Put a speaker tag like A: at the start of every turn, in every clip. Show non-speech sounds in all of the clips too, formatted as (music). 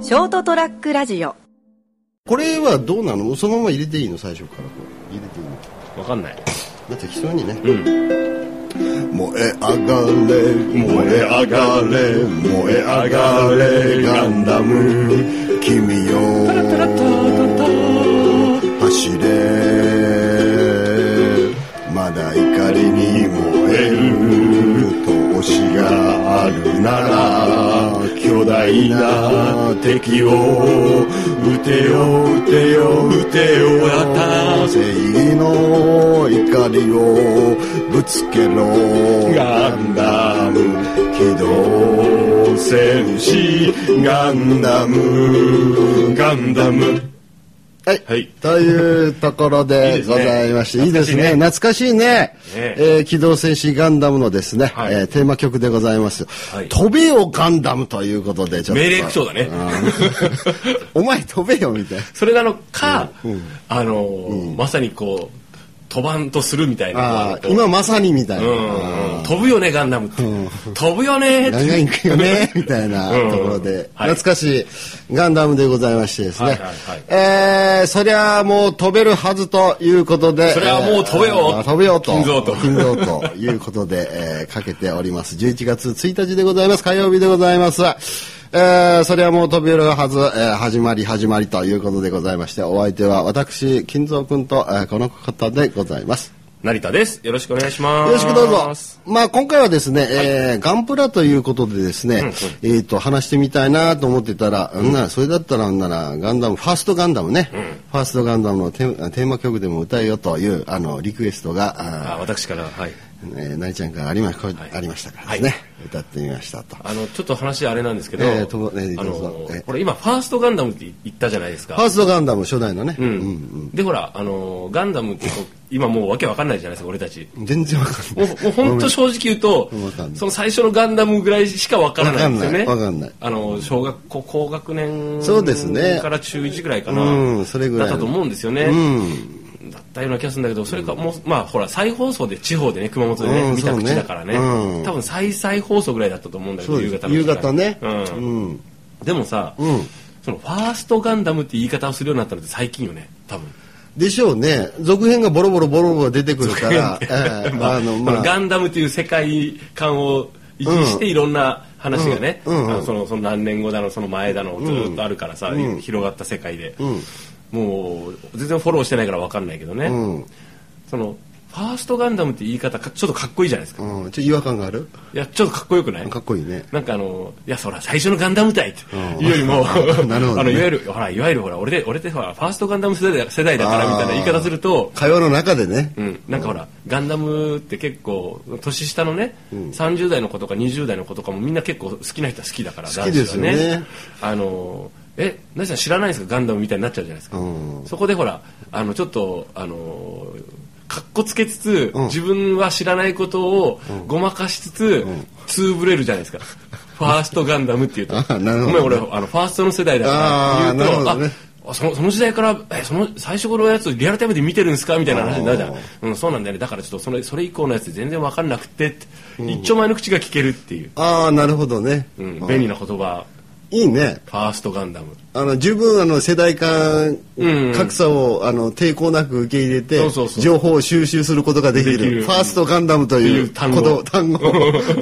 A: ショートトラックラジオ
B: これはどうなのそのまま入れていいの最初からこう入れていいの
C: わかんない。
B: だって適当にね、
C: うん。
B: 燃え上がれ燃え上がれ燃え上がれガンダム君よ走れまだ怒りに燃える闘志があるなら巨大な敵を撃てよ撃てよ撃てよ正義の怒りをぶつけろガンダム機動戦士ガンダムガンダムはい、
C: はい
B: というところで
C: (laughs) いいです
B: ご
C: ね
B: ざいましていいですね懐かしいね
C: ね
B: えー機動戦士ガンダムのですね、
C: はい
B: えーテーマ曲でございます、
C: い
B: 飛べよガンダムということでちょっと
C: 命令口調だね。
B: (laughs) お前飛べよみたいな
C: それなのか、あのー、まさにこう、飛ばんとするみたい (laughs) な
B: あ。ー
C: こう
B: 今まさにみたいな、
C: うん。飛ぶよね、ガンダムって。飛ぶよねって。
B: 長いんかよね (laughs) みたいなところで、
C: うんはい
B: 懐かしいガンダムでございましてですね、
C: はいはいはい
B: えーそりゃもう飛べるはずということで
C: そりゃもう飛べよ
B: えー飛べよと
C: 金蔵と
B: 金蔵ということで、えーかけております11月1日でございます火曜日でございますえーそれはもう飛べるはず、えー始まり始まりということでございましてお相手は私金蔵君と、えーこの方でございます
C: 成田です。よろしくお願いします。
B: よろしくどうぞ。まあ今回はですね、えーガンプラということでですね、えっ、と話してみたいなと思ってたら、うん、なそれだったらなんならガンダムファーストガンダムね、ファーストガンダムのテーマテーマ曲でも歌えよというあのリクエストが、あ
C: あ、私から、はい。
B: ーえー、なちゃんからありまこれありましたからですね、歌ってみましたと。
C: あの、ちょっと話あれなんですけど、
B: えーともえー
C: あ
B: どうぞ
C: の
B: えー、
C: これ今、ファーストガンダムって言ったじゃないですか
B: ファ。ーストガンダム初代のね、
C: うん。で、ほら、あのー、ガンダムってこう今もうわけわかんないじゃないですか、俺たち。
B: 全然わかん
C: も
B: な
C: う
B: い。
C: もう本当正直言うと
B: わかんない、
C: その最初のガンダムぐらいしかわからないんですよね。
B: わかんないわかんない
C: あの、小学校、高学年
B: そうですね
C: から中1ぐらいか
B: うん
C: な。
B: それぐらい
C: だったと思うんですよね。だったような気がするんだけど、それかもう、まあほら、再放送で地方でね、熊本で
B: う
C: ね、
B: ん
C: 見た口だからね。
B: そうねうん
C: 多分再々放送ぐらいだったと思うんだけ
B: そ
C: ど、
B: う
C: 夕
B: で
C: 方
B: す
C: の時
B: 夕
C: 間
B: 方ね、
C: うん
B: うん
C: でもさ、
B: うん
C: そのファーストガンダムって言い方をするようになったのって最近よね、多分。
B: でしょうね続編がボロボロボロボロ出てくるから、えー
C: (laughs) まあ、
B: あのまあ
C: ガンダムという世界観を維持していろんな話がね、
B: うんうんうん
C: あのそのその何年後だのその前だのずっとあるからさ、広がった世界で、もう全然フォローしてないから分かんないけどね、
B: うん
C: そのファーストガンダムって言い方かちょっとかっこいいじゃないですか、い
B: うん、ちょっと違和感がある
C: やちょっとかっこよくない
B: かっこいいね
C: なんかあのいやそら最初のガンダム隊と
B: うん
C: いうよりも、
B: (laughs) なるほどね
C: あのいわゆるほらいわゆるほら俺で俺ってほらファーストガンダム世代だ世代だからみたいな言い方すると
B: 会話の中でね
C: うん、なんかほら、ガンダムって結構年下のね、30代の子とか20代の子とかもみんな結構好きな人は好きだから
B: 好きですよね
C: 男子はあのえなしさん知らないんですかガンダムみたいになっちゃうじゃないですか、
B: うん
C: そこでほらあのちょっとあのかっこつけつつ、
B: ん
C: 自分は知らないことをごまかしつつ、つぶれるじゃな
B: (laughs)
C: いですかファーストガンダムっていうと
B: あ
C: ご
B: なるほど
C: めん俺あのファーストの世代だからって言う
B: あー
C: と
B: なるほどね
C: あそのその時代からえその最初頃のやつをリアルタイムで見てるんですかみたいな話になるじゃん
B: あ、
C: うん、そうなんだよねだからちょっとそれそれ以降のやつ全然分かんなくてって、一丁前の口が聞けるっていう、
B: ああなるほどね、
C: うん、便利な言葉
B: いいね
C: ファーストガンダム
B: あの十分あの世代間
C: うん
B: 格差を、あの抵抗なく受け入れて
C: そうそうそう
B: 情報を収集することができる
C: できる
B: ファーストガンダムとい
C: っ
B: う
C: (laughs) ていう単語
B: こと単語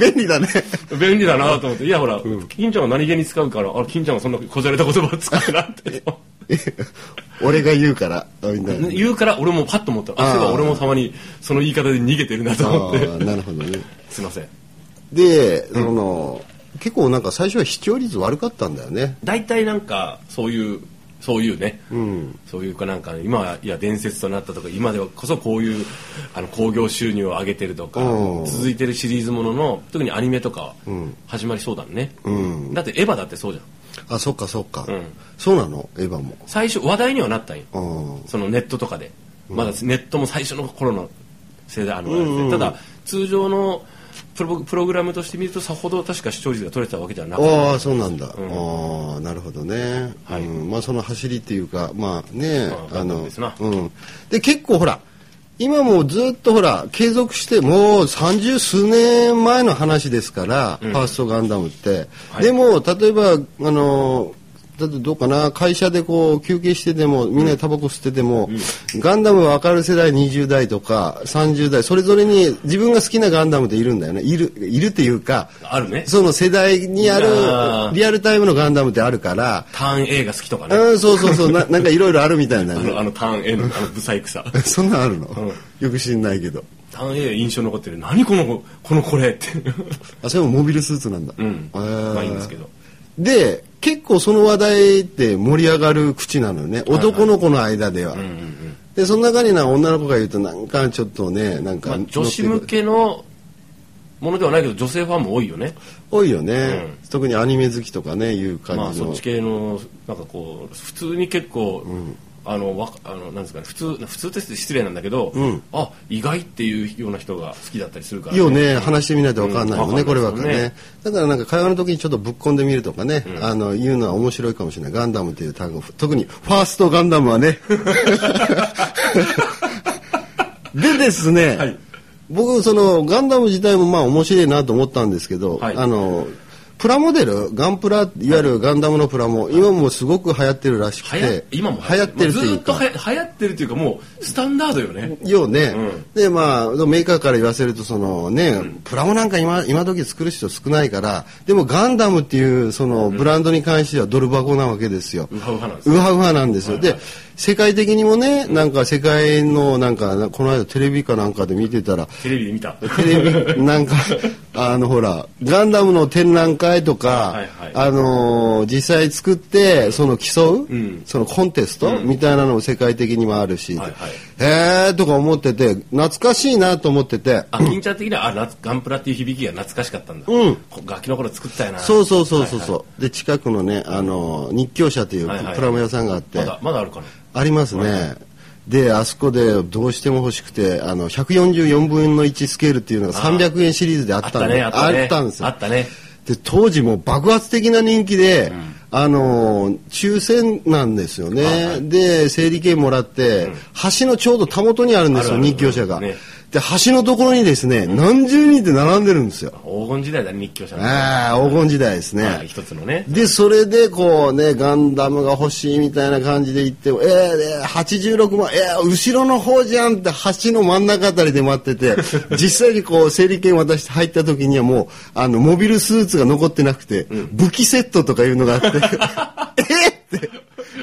B: 便利だね (laughs)
C: 便利だなと思っていやほら、金ちゃんは何気に使うからあ金ちゃんはそんなこじゃれた言葉を使うなって
B: 俺が言うからみんなに
C: (laughs) 言うから俺もパッと思った
B: あー
C: あそういえば俺もたまにその言い方で逃げてるなと
B: あ
C: 思って
B: あなるほどね
C: すいません
B: で、その結構なんか最初は視聴率悪かったんだよね
C: 大体なんかそういうそういうね、そういうかなんか今はいや伝説となったとか今ではこそこういうあの興行収入を上げてるとか
B: うん
C: 続いてるシリーズものの特にアニメとか始まりそうだね、だってエヴァだってそうじゃん
B: あそっかそっか、
C: ん
B: そうなのエヴァも
C: 最初話題にはなったんよ
B: うん
C: そのネットとかで、まだネットも最初の頃の世代あの、ただ通常のプロプログラムとして見るとさほど確か視聴率が取れてたわけじゃなくて
B: ああそうなんだ、ああなるほどね、
C: はい
B: うんまあその走りっていうかまあね
C: まあ
B: あ
C: そう
B: の
C: ですな
B: うんで結構ほら今もうずっとほら継続してもう三十数年前の話ですから、ファーストガンダムって、
C: はい
B: でも例えばあのだってどうかな会社でこう休憩しててもみんなでタバコ吸ってても、ガンダムは明るい世代20代とか30代それぞれに自分が好きなガンダムっているんだよねいるいるっていうか
C: あるね
B: その世代にある
C: いやー
B: リアルタイムのガンダムってあるから
C: ターン A が好きとかね、
B: うんそうそうそうななんかいろいろあるみたいな
C: あ
B: ね
C: (laughs) のあのターン A のあのブサイクさ
B: そんなんあるの、よく知んないけど
C: ターン A 印象に残ってる何この子このこれって
B: あそれもモビルスーツなんだ、
C: うん
B: へー
C: (laughs) まあいいんですけど
B: で結構その話題って盛り上がる口なのよね男の子の間では、でその中にな女の子が言うとなんかちょっとねなんか
C: まあ
B: 乗ってくる、
C: 女子向けのものではないけど女性ファンも多いよね
B: 多いよね、特にアニメ好きとかねいう
C: まあ
B: 感じの、
C: そっち系のなんかこう普通に結構、あのわあのなんですかね普通普通って失礼なんだけど、あ意外っていうような人が好きだったりするか
B: い
C: ら、
B: いよね話してみないと分かんないもんね、
C: うん
B: これ
C: わ
B: は
C: かんないですよね
B: ねだからなんか会話の時にちょっとぶっ込んでみるとかね、あの言うのは面白いかもしれないガンダムっていう単語特にファーストガンダムは
C: (laughs)
B: ねでですね、
C: はい
B: 僕そのガンダム自体もまあ面白いなと思ったんですけど、
C: はい
B: あのプラモデルガンプラいわゆるガンダムのプラモ、今もすごく流行ってるらしく
C: 流行
B: て
C: 今も
B: 流行ってるって
C: まあ
B: い
C: ず
B: う
C: っ
B: か
C: とはや流行ってるというかもうスタンダードよね
B: ようね、
C: うん
B: でまあメーカーから言わせるとそのね、プラモなんか今今時作る人少ないからでもガンダムっていうそのブランドに関してはドル箱なわけですよ、
C: ウハウハなんです
B: ウ
C: よ
B: ハウハなんですよ、で世界的にもねなんか世界のなんかこの間テレビかなんかで見てたら
C: テレビで見た
B: テレビなんかあのほらガンダムの展覧会とか、
C: はいはい
B: あのー実際作ってその競う、
C: うん
B: そのコンテスト、みたいなのも世界的にもあるし、
C: はいはい
B: へえとか思ってて懐かしいなと思ってて
C: あ銀ちゃん的にはあなガンプラっていう響きが懐かしかったんだ、
B: うん
C: こ楽器の頃作ったよな
B: そうそうそうそうそう、
C: は
B: で近くのねあのー日教社という
C: はいはい
B: プラモ屋さんがあって、
C: いはいまだまだあるかな
B: ありますね、であそこでどうしても欲しくてあの144分の1スケールっていうのが300円シリーズであ
C: あ
B: っ
C: ったた
B: んで
C: ねあったね
B: あったんですよ
C: あったね
B: で当時もう爆発的な人気で、あのー抽選なんですよね、
C: はいは
B: で整理券もらって、橋のちょうどたもとにあるんですよ
C: あるある
B: 日教社が、
C: ね
B: で橋のところにですね、何十人って並んでるんですよ、
C: 黄金時代だね日教者の
B: ああ黄金時代ですね、
C: はい一つのね
B: でそれでこうねガンダムが欲しいみたいな感じで行ってもえーえー、86万えー、後ろの方じゃんって橋の真ん中あたりで待ってて実際にこう整理券渡して入った時にはもうあのモビルスーツが残ってなくて、武器セットとかいうのがあってえーって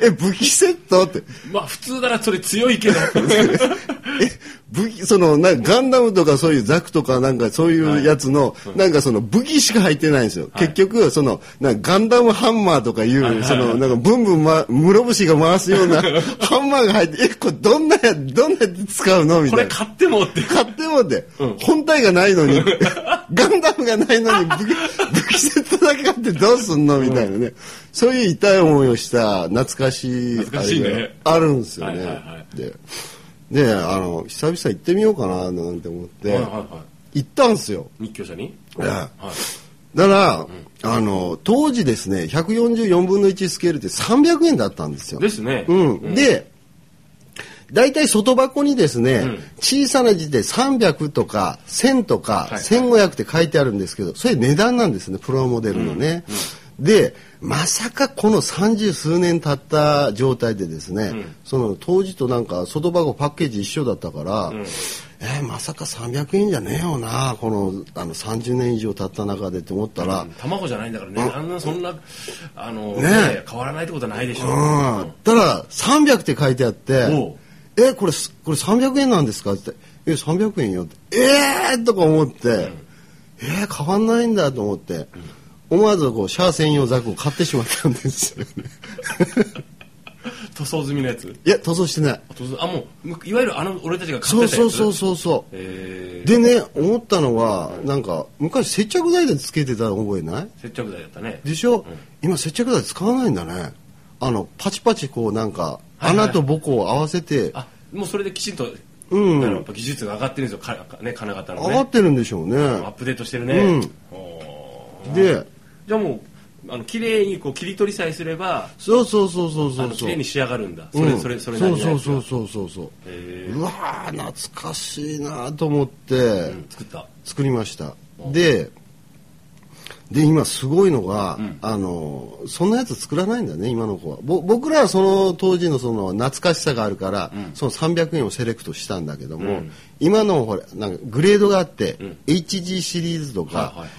B: え武器セットって
C: まあ普通ならそれ強いけど
B: (laughs) え武器そのなガンダムとかそういうザクとかなんかそういうやつの、なんかその武器しか入ってないんですよ、結局そのなんかガンダムハンマーとかいう、そのなんかブンブン、ま、室伏が回すよう (laughs) なハンマーが入ってえこれどんなやどんなやつ使うのみ
C: こ
B: た
C: れ
B: いな。
C: 買ってもって
B: 買ってもって、本体がないの
C: (laughs)
B: にガンダムがないのに武器武器セットだけ買ってどうすんのみたいなね、そういう痛い思いをした懐かしい
C: 懐かしいね
B: あれがあるんですよね、
C: はいはいは
B: でであの久々行ってみようかななんて思って、
C: はいはいは
B: 行ったんですよ、
C: い日教者に
B: ええ
C: はい
B: だから、あの当時ですね144分の1スケールって300円だったんですよ
C: ですね
B: うん、で大体外箱にですね、小さな字で300とか1000とか
C: いはい
B: 1500って書いてあるんですけどそれ値段なんですねプロモデルのね、でまさかこの三十数年経った状態でですね、その当時となんか外箱パッケージ一緒だったから、えーまさか300円じゃねえよなこのあの30年以上経った中でと思ったら、
C: 卵じゃないんだからね、あんなそんなあの、
B: ねえ
C: ね変わらないってことはないでしょ
B: うん、たら300って書いてあって
C: おう
B: 「えこれすこれ300円なんですか?」って「え300円よ」って「えー!」とか思って「えー変わんないんだ」と思って、思わずこうシャア専用ザクを買ってしまったんですよね
C: 塗装済みのやつ
B: いや塗装してない
C: 塗装あもうむいわゆるあの俺たちが買
B: そ
C: っ
B: う
C: てたやつ
B: そうそうそうそう
C: えー
B: でね思ったのはなんか昔接着剤でつけてた覚えない
C: 接着剤だったね
B: でしょ、今接着剤使わないんだねあのパチパチこうなんか
C: いはい
B: 穴と母校を合わせて
C: あもうそれできちんと、
B: うん
C: あのやっぱ技術が上がってるんですよかかね金型の
B: 上が
C: ね
B: ってるんでしょうね、
C: アップデートしてるね、
B: う
C: おー
B: で
C: じゃあもうあの綺麗にこう切り取りさえすれば
B: そうそうそうそうそ
C: あ
B: う
C: の綺
B: そう
C: 麗に仕上がるんだそれ、
B: うん
C: それそれな
B: そ
C: り
B: う
C: の
B: そう
C: やつ
B: そう
C: が
B: そうそうそう
C: へ
B: うわー懐かしいなと思って
C: 作った
B: 作りましたでで今すごいのが、
C: ん
B: あのそんなやつ作らないんだね今の子はぼ僕らはその当時のその懐かしさがあるから、その300円をセレクトしたんだけども、今のほらなんかグレードがあって、HG シリーズとか、
C: はいはいはい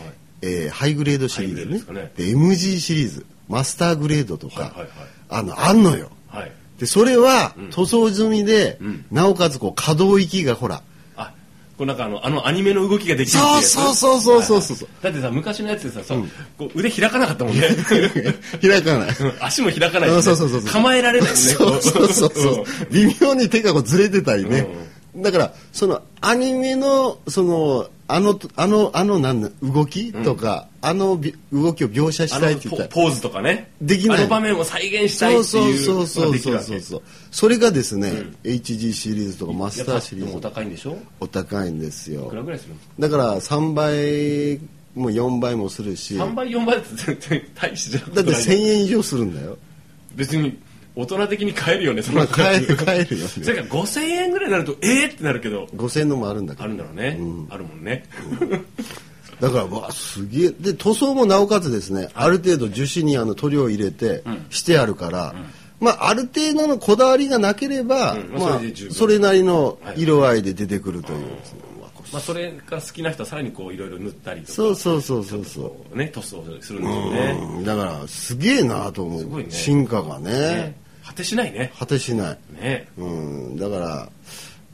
B: えーハイグレードシリーズね
C: ハイグレー
B: で
C: ド
B: MG シリーズマスターグレードとか、
C: はいはいはい
B: あのあんのよ
C: はい
B: でそれは塗装済みで、なおかつこう可動域がほ
C: (laughs)
B: ら、
C: あこうなんかあのあのアニメの動きができるっていやつ
B: そうそうそうそうそうそう
C: はいはいだってさ昔のやつでささ、こう腕開かなかったも
B: (laughs)
C: んね
B: 開か (laughs) ない
C: うん足も開かないし、
B: う
C: ね、
B: んそうそうそうそう
C: 構えられないよね
B: そうそうそうそう
C: こ
B: 微妙に手がこうずれてたりね、だからそのアニメのそのあのあのあのなんだ動きとか、あのび動きを描写
C: あ
B: したい
C: の
B: って
C: ポ
B: 言ったら
C: ポーズとかね
B: できない
C: あの場面を再現したい
B: そう
C: って
B: そうそう
C: いうの
B: そ
C: が
B: う
C: でき
B: そ
C: る
B: う
C: わけ
B: そうそうそれがですね、HG シリーズとかマスターシリ
C: やっぱでも
B: ー
C: お
B: ズ
C: 高いんでしょ
B: お高いんです
C: い
B: よ
C: くらぐらいするんですか
B: だから3倍も4倍もするしだ
C: 3
B: っ
C: 倍4倍だって全然大してじゃ
B: て1000円以上するんだよ
C: 別に大人的に買えるよねそ
B: まあ
C: の
B: 買 (laughs) える買えるよね
C: それから5000円ぐらいになるとえー、ってなるけど
B: 5000のもあるんだけ
C: あ
B: ど
C: るんだろうね、あるもんね、
B: だからわあすげえで塗装もなおかつですね、ある程度樹脂にあの塗料を入れてしてあるから、まあ、ある程度のこだわりがなければ、
C: んま
B: まあ
C: あそれで十、分
B: それなりの色合いで出てくるというですね、うわこ
C: まあ、それが好きな人はさらにこういろいろ塗ったりとか
B: そうそうそうそうそう
C: こうね塗装するんですよね
B: うんだからすげえなと思う、
C: ごいね
B: 進化がね
C: ね果てしないね
B: 果てしない、
C: ね
B: うん、だから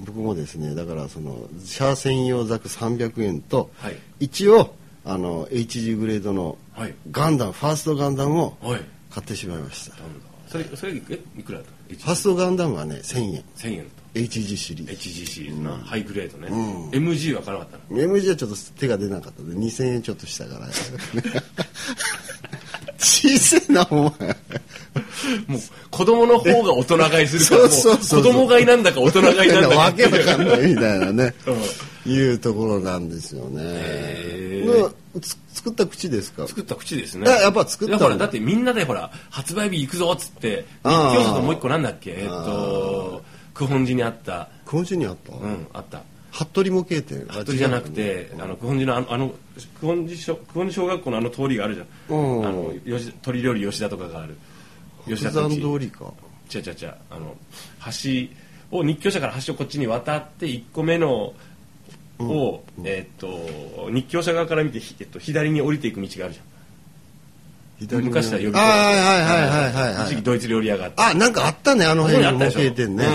B: 僕もですねだからそのシャア専用ザク300円と、
C: はい
B: 一応あの HG グレードの
C: はい
B: ガンダム、ファーストガンダムを
C: はい
B: 買ってしまいました
C: なんだそれそれえいくらだった
B: ファーストガンダムはね1000円
C: 1000円と
B: HG シリーズ
C: HG シリーズな、ハイグレードね、MG はからなかったの
B: MG はちょっと手が出なかったんで2000円ちょっとしたから (laughs) 小さいなお前
C: もう子供の方が大人買いするからも
B: (laughs)
C: う
B: そうそうそうそう
C: 子供買いなんだか大人買いなんだか
B: わ
C: って
B: け
C: い
B: わ
C: う
B: かんないみたいなね、
C: う
B: いうところなんですよね、
C: へ
B: まあつ作った口ですか
C: 作った口ですね
B: いややっぱ作ったもん
C: いやほらだってみんなでほら発売日行くぞっつって日
B: あー
C: 教室のもう一個なんだっけえっと九本寺にあった
B: 今週にあった、
C: うんあった
B: 服部模型店
C: 服部じゃなくてあの九本寺のあのあの九本寺小九本寺小学校のあの通りがあるじゃん
B: うん
C: あの吉鳥料理吉田とかがある吉
B: 吉
C: 田
B: 田
C: さん
B: 山
C: ち
B: 通りか
C: ちゃちゃちゃあの橋を日教社から橋をこっちに渡って1個目のを、えーっと日教社側から見て、ひえっと、左に降りていく道があるじゃん昔は呼び
B: あはいはいはいはいはいは
C: 一時期
B: い
C: ドイツ料理屋があって
B: あなんかあったねあの
C: ここに
B: 辺
C: あ
B: の
C: っ
B: 模
C: たで
B: 型
C: しょ、
B: 店ね、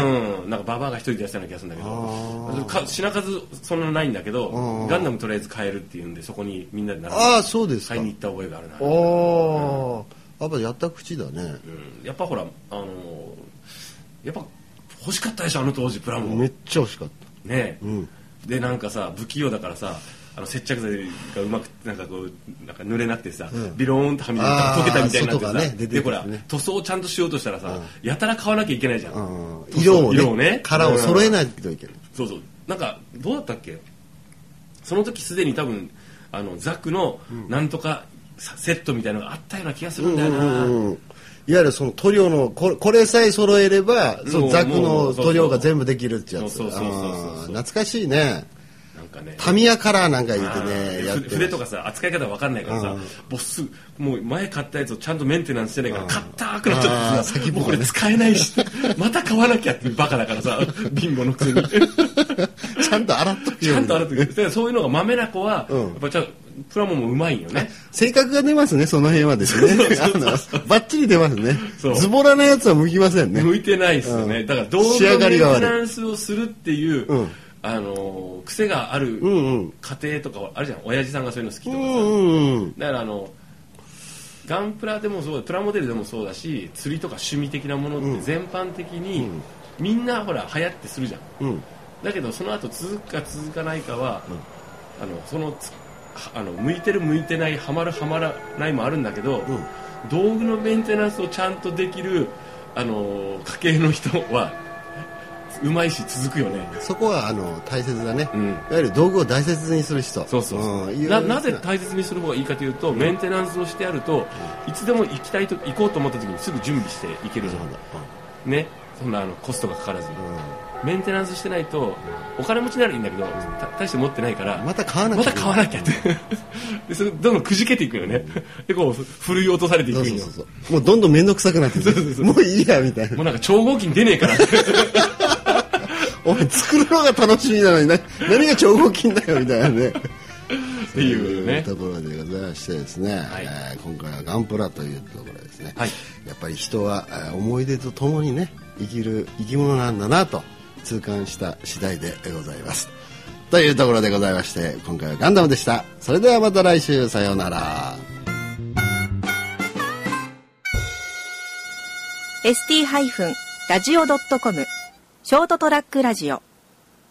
C: うんなんかババアが一人でやってたような気がするんだけどか品数そんなないんだけどガンダムとりあえず買えるっていうんでそこにみんなで並んで
B: ああそうですか
C: 買いに行った覚えがあるな
B: おおー、やっぱやった口だね、
C: うんやっぱほらあのーやっぱ欲しかったでしょあの当時プラモ
B: めっちゃ美味しかった
C: ねえ、でなんかさ不器用だからさあの接着剤がうまくなんかこうなんか濡れなくてさ、ビローンとはみ出て
B: あー
C: 溶けたみたいになって
B: 外
C: さ、
B: がね出てる
C: でほら
B: やつね
C: 塗装をちゃんとしようとしたらさ、やたら買わなきゃいけないじゃん、
B: うん色をね
C: 色をね
B: 殻を揃えないといけない、
C: そうそうなんかどうだったっけその時すでに多分あのザクのなんとかさセットみたいなのがあったような気がするんだよな、
B: うん、いわゆるその塗料のこれこれさえ揃えればそ
C: も
B: の
C: う
B: ザク
C: も
B: の
C: うそうそう
B: 塗料が全部できるってやつあ
C: そうそうそうそうそう
B: ー懐かしいね
C: なんかね
B: タミヤカラーなんか言って
C: あ
B: ね
C: ー
B: やってました
C: 筆筆とかさ扱い方わかんないからさ、ボスもう前買ったやつをちゃんとメンテナンスしてないから買ったーくなっちゃ
B: あ
C: っ
B: ー
C: てさ、
B: 先っぽ
C: もう
B: がね
C: これ使えないしまた買わなきゃっていうバカだか
B: (laughs)
C: らさ貧乏のくせに
B: ちゃんと洗っとく
C: ち
B: よ
C: ゃ
B: うに
C: んとある時だからそういうのがまめな子は、
B: ん
C: やっぱちゃんプラモもうまいんよね
B: 性格が出ますねその辺はですねあのバッチリ出ますね
C: そう
B: ズボラなやつは向きませんね
C: 向いてないですよね、
B: うん
C: だから道具
B: 仕上
C: の
B: が
C: メン
B: りが悪
C: テ
B: い
C: ナンスをするっていう、
B: うん
C: あのー癖がある
B: んうん
C: 家庭とかあるじゃん親父さんがそういうの好きとか
B: う
C: さ、
B: んうんうん
C: だからあのガンプラでもそうだプラモデルでもそうだし釣りとか趣味的なものって全般的に、みんなほら流行ってするじゃん
B: うん
C: だけどその後続くか続かないかは、あのそのつはあの向いてる向いてないハマるハマらないもあるんだけど、
B: ん
C: 道具のメンテナンスをちゃんとできるあの家系の人はうまいし続くよね、
B: そこはあの大切だね、
C: うん
B: いわゆる道具を大切にする人
C: そうそうそう、
B: んい
C: な
B: や
C: なぜ大切にする方がいいかというと、メンテナンスをしてあると、いつでも行きたいと行こうと思った時にすぐ準備していけるじゃん、ねそんなあのコストがかからずに、メンテナンスしてないとお金持ちならいいんだけどた大して持ってないから
B: また買わなきゃ
C: また買わなきゃって (laughs) でそれどんどんくじけていくよねでこうふるい落とされてい
B: そう
C: く
B: んそう
C: よ
B: そうそうもうどんどん面倒くさくなってくるもういいやみたいな
C: もうなんか超合金出ねえから
B: お前作るのが楽しみなのにな何が超合金だよみたいなね
C: っていうね
B: ところでございましてですね、
C: い
B: えー今回はガンプラというところですね、
C: はい
B: やっぱり人はえー思い出とともにね生きる生き物なんだなと痛感した次第でございますというところでございまして今回はガンダムでしたそれではまた来週さようなら
A: ST-radio.com ショートトラックラジオ